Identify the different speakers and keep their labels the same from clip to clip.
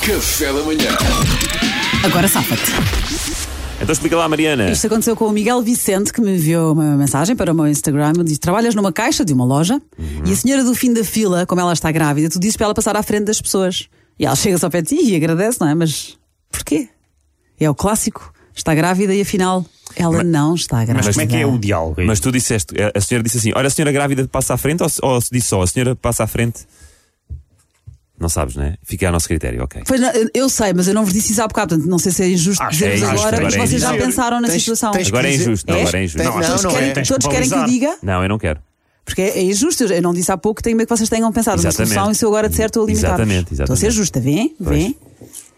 Speaker 1: Café da manhã.
Speaker 2: Agora safa-te.
Speaker 3: Então explica lá, Mariana.
Speaker 2: Isto aconteceu com o Miguel Vicente, que me enviou uma mensagem para o meu Instagram. Ele diz: Trabalhas numa caixa de uma loja e a senhora do fim da fila, como ela está grávida, tu dizes para ela passar à frente das pessoas. E ela chega-se ao pé de ti e agradece, não é? Mas porquê? É o clássico. Está grávida e afinal ela não está grávida.
Speaker 4: Mas como é que é o diálogo? aí?
Speaker 3: Mas tu disseste, a- a senhora disse assim: Olha, a senhora grávida passa à frente ou, se- ou se disse só, a senhora passa à frente. Não sabes, né? Fica a nosso critério, ok.
Speaker 2: Pois não, eu- eu sei, mas eu não vos disse isso há bocado, portanto não sei se é injusto
Speaker 4: Acho que é
Speaker 2: dizer-vos
Speaker 4: injusto,
Speaker 2: agora, mas
Speaker 3: agora é
Speaker 2: vocês já
Speaker 3: injusto.
Speaker 2: pensaram na
Speaker 5: Tens-
Speaker 2: situação.
Speaker 5: tens que
Speaker 3: Agora é
Speaker 5: dizer-
Speaker 3: injusto,
Speaker 2: É?
Speaker 3: não, agora é injusto.
Speaker 5: Tens-
Speaker 3: Não,
Speaker 5: não,
Speaker 4: todos
Speaker 5: não
Speaker 4: querem
Speaker 5: é.
Speaker 4: ter- tens que
Speaker 2: Todos querem que eu
Speaker 4: valorizar.
Speaker 2: diga?
Speaker 3: Não, eu não quero.
Speaker 2: Porque é é injusto, eu não disse há pouco, tenho medo que vocês tenham pensado uma
Speaker 3: Exatamente.
Speaker 2: solução e se eu agora disser estou a limitar.
Speaker 3: Exatamente, exatamente.
Speaker 2: Estou a ser justa, vem? Vem?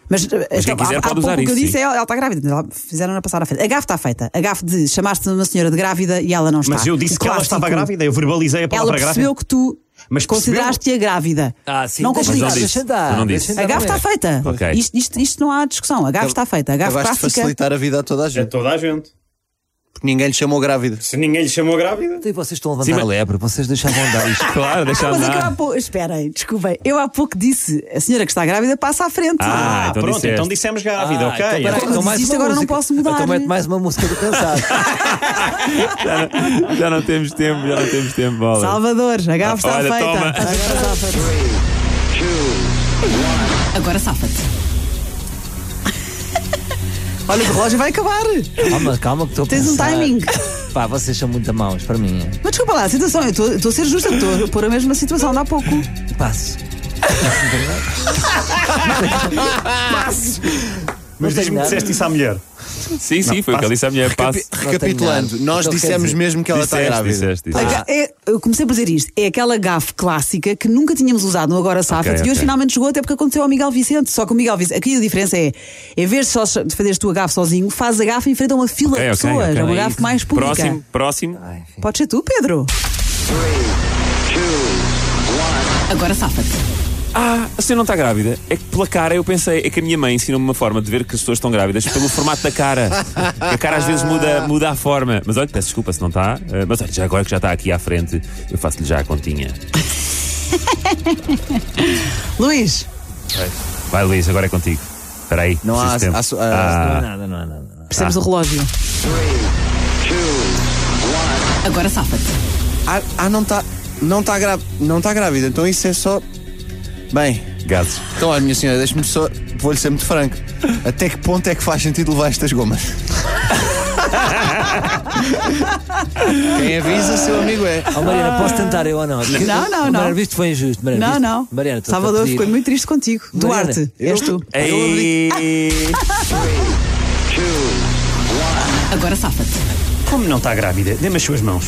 Speaker 2: Mas, eh, então,
Speaker 3: quiser
Speaker 2: há, há
Speaker 3: pode
Speaker 2: pouco
Speaker 3: usar
Speaker 2: o que eu
Speaker 3: isso,
Speaker 2: disse
Speaker 3: sim.
Speaker 2: é ela ela está grávida, ela- fizeram-na passar à frente. A gafe está feita. A gafe de chamaste uma senhora de grávida e ela não está.
Speaker 4: Mas eu disse
Speaker 2: O
Speaker 4: que ela
Speaker 2: clássico.
Speaker 4: estava grávida, eu verbalizei a
Speaker 2: Ela
Speaker 4: palavra grávida.
Speaker 2: percebeu que tu
Speaker 4: Mas percebeu?
Speaker 2: consideraste-a grávida.
Speaker 5: Ah, sim,
Speaker 2: não
Speaker 3: Mas
Speaker 5: mas
Speaker 3: não
Speaker 2: complicas.
Speaker 3: disse. Tu não disse.
Speaker 2: A gafe está feita.
Speaker 3: Ok.
Speaker 2: Isto, isto- isto não há discussão. A gafe está feita. A gafe
Speaker 5: Acabaste de
Speaker 2: prática.
Speaker 5: facilitar a vida a toda a gente.
Speaker 4: toda a gente.
Speaker 5: Porque ninguém lhe chamou grávida.
Speaker 4: Se ninguém lhe chamou grávida.
Speaker 6: E vocês estão a levantar
Speaker 3: Sim, mas-
Speaker 6: a lebre, É, vocês deixavam andar isto.
Speaker 3: Claro, deixa
Speaker 2: Mas é que eu há
Speaker 3: andar.
Speaker 2: pouco. Esperem, desculpem. Eu há pouco disse a senhora que está grávida passa à frente.
Speaker 3: Ah,
Speaker 4: Ah,
Speaker 3: então
Speaker 4: pronto,
Speaker 3: disseste.
Speaker 4: então dissemos grávida, ok.
Speaker 6: então, peraí,
Speaker 2: Quando
Speaker 6: então mais
Speaker 2: desisto,
Speaker 6: uma
Speaker 2: agora não
Speaker 6: música.
Speaker 2: posso mudar.
Speaker 6: Então mete mais uma música do pensar.
Speaker 3: Já não, já não temos tempo, já não temos tempo, bola.
Speaker 2: Salvador, a gafe está
Speaker 3: Olha,
Speaker 2: feita.
Speaker 3: toma.
Speaker 2: Agora safa-te. Agora safa-te. Olha, o relógio vai acabar.
Speaker 6: calma, calma que estou a
Speaker 2: Tens um
Speaker 6: pensar.
Speaker 2: timing.
Speaker 6: Pá, vocês são muito a mãos para mim.
Speaker 2: Mas desculpa lá, a situação, eu estou- estou a ser justa, estou a pôr a mesma situação de há pouco.
Speaker 3: Ah.
Speaker 6: Passo.
Speaker 4: Mas
Speaker 6: tem
Speaker 4: diz-me que
Speaker 6: nada.
Speaker 4: disseste isso à mulher.
Speaker 3: Sim, sim, foi o que ele disse à mulher. Passe.
Speaker 5: Recapitulando,
Speaker 6: nada.
Speaker 5: nós
Speaker 6: Então quer
Speaker 5: dissemos
Speaker 6: dizer,
Speaker 5: mesmo que ela está
Speaker 3: Disseste,
Speaker 5: grávida.
Speaker 3: disseste,
Speaker 2: A
Speaker 3: disseste.
Speaker 2: ga- é- eu comecei por dizer isto. É aquela gafe clássica que nunca tínhamos usado no Agora Safa e
Speaker 3: ok.
Speaker 2: hoje finalmente chegou até porque aconteceu ao Miguel Vicente. Só que o Miguel Vicente, aqui a diferença é, em vez de, só, de fazeres tu a gafe sozinho, faz a gafe em frente a uma fila
Speaker 3: Ok,
Speaker 2: de
Speaker 3: ok,
Speaker 2: pessoas.
Speaker 3: ok.
Speaker 2: É uma
Speaker 3: É
Speaker 2: gafe
Speaker 3: isso.
Speaker 2: mais pública.
Speaker 3: Próximo, próximo.
Speaker 2: Pode ser tu, Pedro. Agora safa-te.
Speaker 3: Ah, a senhora não está grávida? É que pela cara eu pensei, é que a minha mãe ensinou-me uma forma de ver que as pessoas estão grávidas pelo formato da cara. A cara às vezes muda, muda a forma. Mas olha, peço desculpa se não está. eh, Mas olha, já agora que já está aqui à frente, eu faço-lhe já a continha.
Speaker 2: Luís,
Speaker 3: Vai, Luís, agora é contigo. Espera aí.
Speaker 5: Não há. ah,
Speaker 3: preciso de tempo. Ah,
Speaker 5: há- há-
Speaker 6: Não é nada, não é nada.
Speaker 2: percebes o relógio. Agora safa-te.
Speaker 5: Ah, ah, não está. Não está gra... não tá grávida, então isso é só. Bem,
Speaker 3: Gases.
Speaker 5: então olha, minha senhora, deixe-me só. Vou-lhe ser muito franco. Até que ponto é que faz sentido levar estas gomas? Quem avisa, seu amigo é.
Speaker 6: Oh, Mariana, posso tentar eu ou não?
Speaker 2: Não, não,
Speaker 6: O
Speaker 2: não.
Speaker 6: Mariana, visto que foi injusto. Mariana,
Speaker 2: Não,
Speaker 6: viste?
Speaker 2: não.
Speaker 6: Mariana, estou-te a
Speaker 2: Salvador,
Speaker 6: pedir.
Speaker 2: ficou muito triste contigo.
Speaker 6: Mariana,
Speaker 2: Duarte, és tu.
Speaker 3: Ei!
Speaker 2: Agora safa-te.
Speaker 4: Como não está grávida? Dê-me as suas mãos.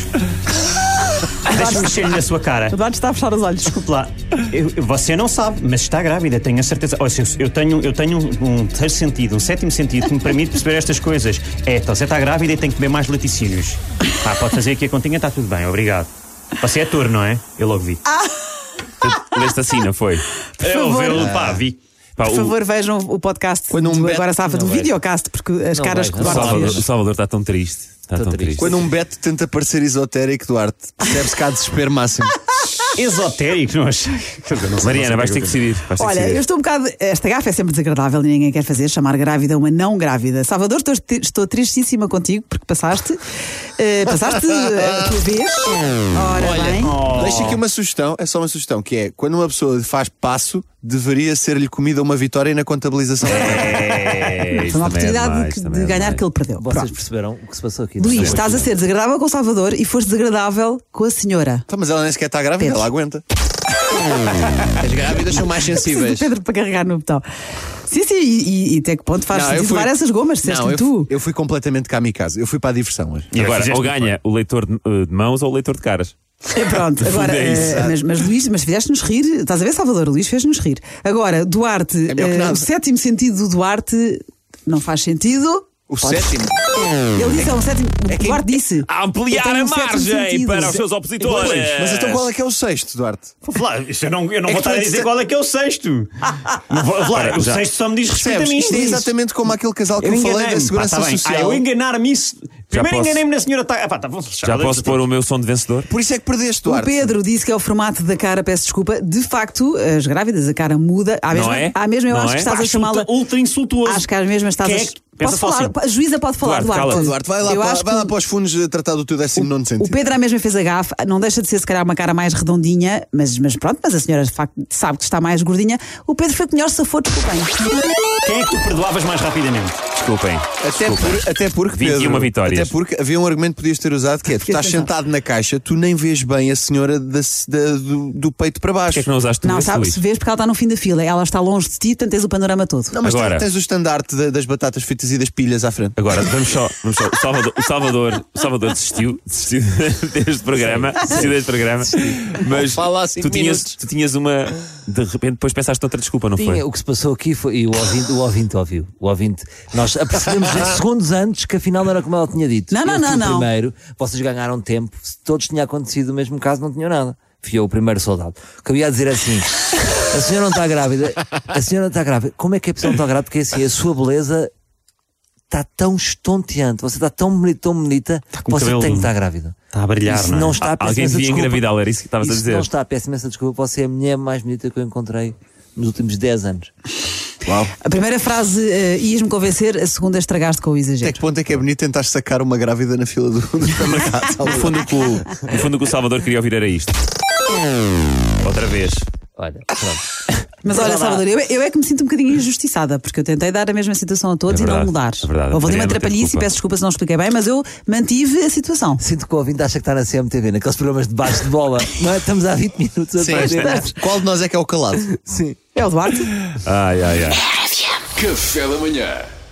Speaker 4: Deixa-me mexer-lhe na sua cara.
Speaker 2: O Duarte está a fechar os olhos.
Speaker 4: Desculpe lá, eu- eu- você não sabe, mas está grávida, tenho a certeza. Olha, eu, eu tenho, eu tenho um um terceiro sentido, um sétimo sentido que me permite perceber estas coisas. É, então você está grávida e tem que comer mais laticínios. Ah, pode fazer aqui a continha, está tudo bem, obrigado. Você é touro, não é? Eu logo vi.
Speaker 5: Ah,
Speaker 3: Leste assim, não foi?
Speaker 4: eu
Speaker 2: favor.
Speaker 4: vi, pá, vi.
Speaker 3: Pá,
Speaker 2: Por
Speaker 3: o-
Speaker 2: favor, vejam o podcast
Speaker 5: Quando um
Speaker 2: do
Speaker 5: bet-
Speaker 2: Agora Safa, do videocast, porque as
Speaker 6: Não
Speaker 2: caras
Speaker 6: vejo,
Speaker 2: que o
Speaker 3: o
Speaker 6: não
Speaker 2: Duarte
Speaker 3: Salvador,
Speaker 2: fez.
Speaker 3: o Salvador está tão triste. Está tão triste.
Speaker 6: triste.
Speaker 5: Quando um Beto tenta parecer esotérico, Duarte, percebes que há desespero máximo.
Speaker 4: Esotérico, não achei? Quer dizer, não sei-
Speaker 3: Mariana,
Speaker 4: não
Speaker 3: vais
Speaker 4: sei
Speaker 3: ter
Speaker 4: o
Speaker 3: que decidir. Vais ter que
Speaker 2: Olha,
Speaker 3: decidir.
Speaker 2: eu estou um bocado. Esta gafa é sempre desagradável e ninguém quer fazer, chamar grávida uma não grávida. Salvador, estou, estou tristíssima contigo porque passaste. eh, passaste a tua vez. Ora bem.
Speaker 5: Deixa aqui uma sugestão, é só uma sugestão, que é quando uma pessoa faz passo, deveria ser-lhe comida uma vitória na contabilização.
Speaker 3: É,
Speaker 2: Foi
Speaker 3: isso
Speaker 2: uma
Speaker 3: também é
Speaker 2: oportunidade
Speaker 3: demais,
Speaker 2: que- de,
Speaker 3: também é
Speaker 2: ganhar
Speaker 3: demais.
Speaker 2: que ele perdeu.
Speaker 6: Vocês
Speaker 2: Pronto.
Speaker 6: perceberam o que se passou aqui?
Speaker 2: Luís, estás a ser desagradável com o Salvador e foste desagradável com a senhora.
Speaker 5: Então, mas ela nem sequer está grávida,
Speaker 2: Pedro.
Speaker 5: ela aguenta. As grávidas são mais
Speaker 2: Preciso
Speaker 5: sensíveis.
Speaker 2: do Pedro para carregar no botão. Sim, sim, e, e, e até que ponto faz
Speaker 5: Não, eu
Speaker 2: sentido
Speaker 5: fui-
Speaker 2: levar essas gomas, disseste
Speaker 5: Não, eu,
Speaker 2: tu.
Speaker 5: eu fui completamente kamikaze. Eu fui para a diversão hoje.
Speaker 3: E agora,
Speaker 4: fizeste
Speaker 3: ou ganha o leitor de, eh, de mãos ou o leitor de caras.
Speaker 2: É, Pronto, agora.
Speaker 3: É isso.
Speaker 2: eh, mas, mas Luís, mas fizeste-nos rir. Estás a ver, Salvador? Luís fez-nos rir. Agora, Duarte,
Speaker 5: É melhor que
Speaker 2: eh,
Speaker 5: nada.
Speaker 2: o sétimo sentido do Duarte não faz sentido.
Speaker 5: O O sétimo.
Speaker 2: Ele disse, é um sétimo. O Duarte disse.
Speaker 3: A ampliar
Speaker 2: Ele tem
Speaker 3: a
Speaker 2: um sétimo
Speaker 3: margem
Speaker 2: sentido.
Speaker 3: para os seus opositores.
Speaker 5: Pois, Mas então qual é que é o sexto, Duarte?
Speaker 4: Flávio, isso eu não, eu não
Speaker 5: É
Speaker 4: vou estar
Speaker 5: que
Speaker 4: a
Speaker 5: tu
Speaker 4: dizer
Speaker 5: disse-
Speaker 4: qual é que é o sexto. Não vou- Flávio,
Speaker 3: Espera,
Speaker 4: o
Speaker 3: já.
Speaker 4: sexto só me diz respeito a
Speaker 5: Percebes?
Speaker 4: mim.
Speaker 5: Isto é exatamente como aquele casal que eu, falei da
Speaker 4: enganei-me.
Speaker 5: segurança
Speaker 4: Pá, tá bem. Ah,
Speaker 5: social.
Speaker 4: eu enganar-me isso. Primeiro
Speaker 3: posso-
Speaker 4: enganei-me na senhora. Tá... Ah, pá, tá, vou fechar.
Speaker 3: Já posso pôr o meu som de vencedor?
Speaker 5: Por isso é que perdeste,
Speaker 2: O
Speaker 5: Duarte.
Speaker 2: Pedro disse que é o formato da cara, peço desculpa. De facto, as grávidas, a cara muda. À
Speaker 3: Não
Speaker 2: mesma,
Speaker 3: é?
Speaker 2: à mesma eu
Speaker 3: Não
Speaker 2: acho
Speaker 3: é?
Speaker 2: que estás a
Speaker 4: Pá,
Speaker 2: chamá-la.
Speaker 4: insulta- Ultra insultuoso.
Speaker 2: Acho que às mesmas estás
Speaker 4: Quem
Speaker 2: a.
Speaker 4: é um que-
Speaker 2: Posso
Speaker 4: pensa
Speaker 2: falar?
Speaker 4: só
Speaker 2: A juíza pode falar,
Speaker 3: assim? Duarte,
Speaker 2: Duarte.
Speaker 3: cala-te.
Speaker 5: Duarte, vai lá,
Speaker 2: eu
Speaker 5: para,
Speaker 2: acho
Speaker 5: vai
Speaker 2: que
Speaker 5: lá para os fundos eh, tratar do teu 19 sentido.
Speaker 2: O Pedro à mesma fez a gafe, não deixa de ser se calhar uma cara mais redondinha, mas, mas pronto, mas a senhora de facto sabe que está mais gordinha. O Pedro foi o que melhor safou, desculpem.
Speaker 4: Quem é que tu perdoavas mais rapidamente?
Speaker 3: Desculpem.
Speaker 5: Até, por- até porque,
Speaker 3: 21
Speaker 5: Pedro,
Speaker 3: vitórias.
Speaker 5: Até porque havia um argumento que podias ter usado que é: tu
Speaker 2: Fiquei
Speaker 5: estás
Speaker 2: a pensar.
Speaker 5: sentado na caixa, tu nem vês bem a senhora da- da- do, do peito para baixo.
Speaker 3: Porquê é que não usaste tudo
Speaker 2: Não,
Speaker 3: isso,
Speaker 2: sabe,
Speaker 3: Luís?
Speaker 2: se vês porque ela está no fim da fila, ela está longe de ti, portanto tens o panorama todo.
Speaker 5: Não, mas
Speaker 3: Agora.
Speaker 5: tu tens o estandarte da- das batatas fritas e das pilhas à frente.
Speaker 3: Agora, vamos só. Vamos só. O, Salvador, o, Salvador, o Salvador desistiu, desistiu deste programa. Desistiu deste programa. Mas
Speaker 5: Fala há cinco
Speaker 3: tu, tinhas,
Speaker 5: minutos.
Speaker 3: tu tinhas uma. De repente, depois pensaste noutra desculpa, não foi?
Speaker 6: Tinha, o que se passou aqui foi. E o ouvinte, o ouvinte ouviu. O ouvinte. Nós apercebemos segundos antes que afinal não era como ela tinha dito.
Speaker 2: Não, não,
Speaker 6: Eu fui
Speaker 2: não,
Speaker 6: o
Speaker 2: não.
Speaker 6: Primeiro, vocês ganharam tempo. Se todos tinha acontecido o mesmo caso, não tinham nada. Fui eu o primeiro soldado. O que eu ia dizer é assim: a senhora não está grávida. A senhora não está grávida. Como é que a pessoa não está grávida? Porque assim, a sua beleza. Está tão estonteante, você está tão bonita, tão bonita,
Speaker 4: com
Speaker 6: você
Speaker 4: cabelo-
Speaker 6: tem que estar grávida.
Speaker 4: Está a brilhar,
Speaker 6: Isso
Speaker 4: não é?
Speaker 6: não está
Speaker 3: Ah,
Speaker 6: a peço
Speaker 3: alguém
Speaker 6: imensa
Speaker 3: devia
Speaker 6: desculpa.
Speaker 3: engravidá-la, era isso que estavas a
Speaker 6: Isso
Speaker 3: dizer.
Speaker 6: Não está, peço imensa desculpa, você é a mulher mais bonita que eu encontrei nos últimos 10 anos.
Speaker 2: A primeira frase eh, ias-me convencer, a segunda estragaste com o
Speaker 5: Até
Speaker 2: exagero.
Speaker 5: que ponto é que é bonito tentar sacar uma grávida na fila do, do supermercado?
Speaker 3: No fundo, o que o- no fundo, o que o Salvador queria ouvir era isto. Outra vez.
Speaker 6: Olha, pronto.
Speaker 2: Mas olha, Salvador, eu, eu é que me sinto um bocadinho injustiçada, porque eu tentei dar a mesma situação a todos
Speaker 3: É
Speaker 2: e não
Speaker 3: verdade,
Speaker 2: mudar.
Speaker 3: é verdade.
Speaker 2: Houve ali
Speaker 3: Mariana,
Speaker 2: uma
Speaker 3: não tem
Speaker 2: trapalhice e
Speaker 3: culpa.
Speaker 2: peço desculpa se não expliquei bem, mas eu mantive a situação.
Speaker 6: Sinto que o ouvinte acha que está na CMTV, naqueles programas de baixo de bola. Não é? Estamos há 20 minutos a
Speaker 5: Sim,
Speaker 6: perder.
Speaker 5: qual de nós é que é o calado?
Speaker 6: Sim.
Speaker 2: É o Duarte.
Speaker 3: Ai, ai, ai.
Speaker 1: Café da manhã.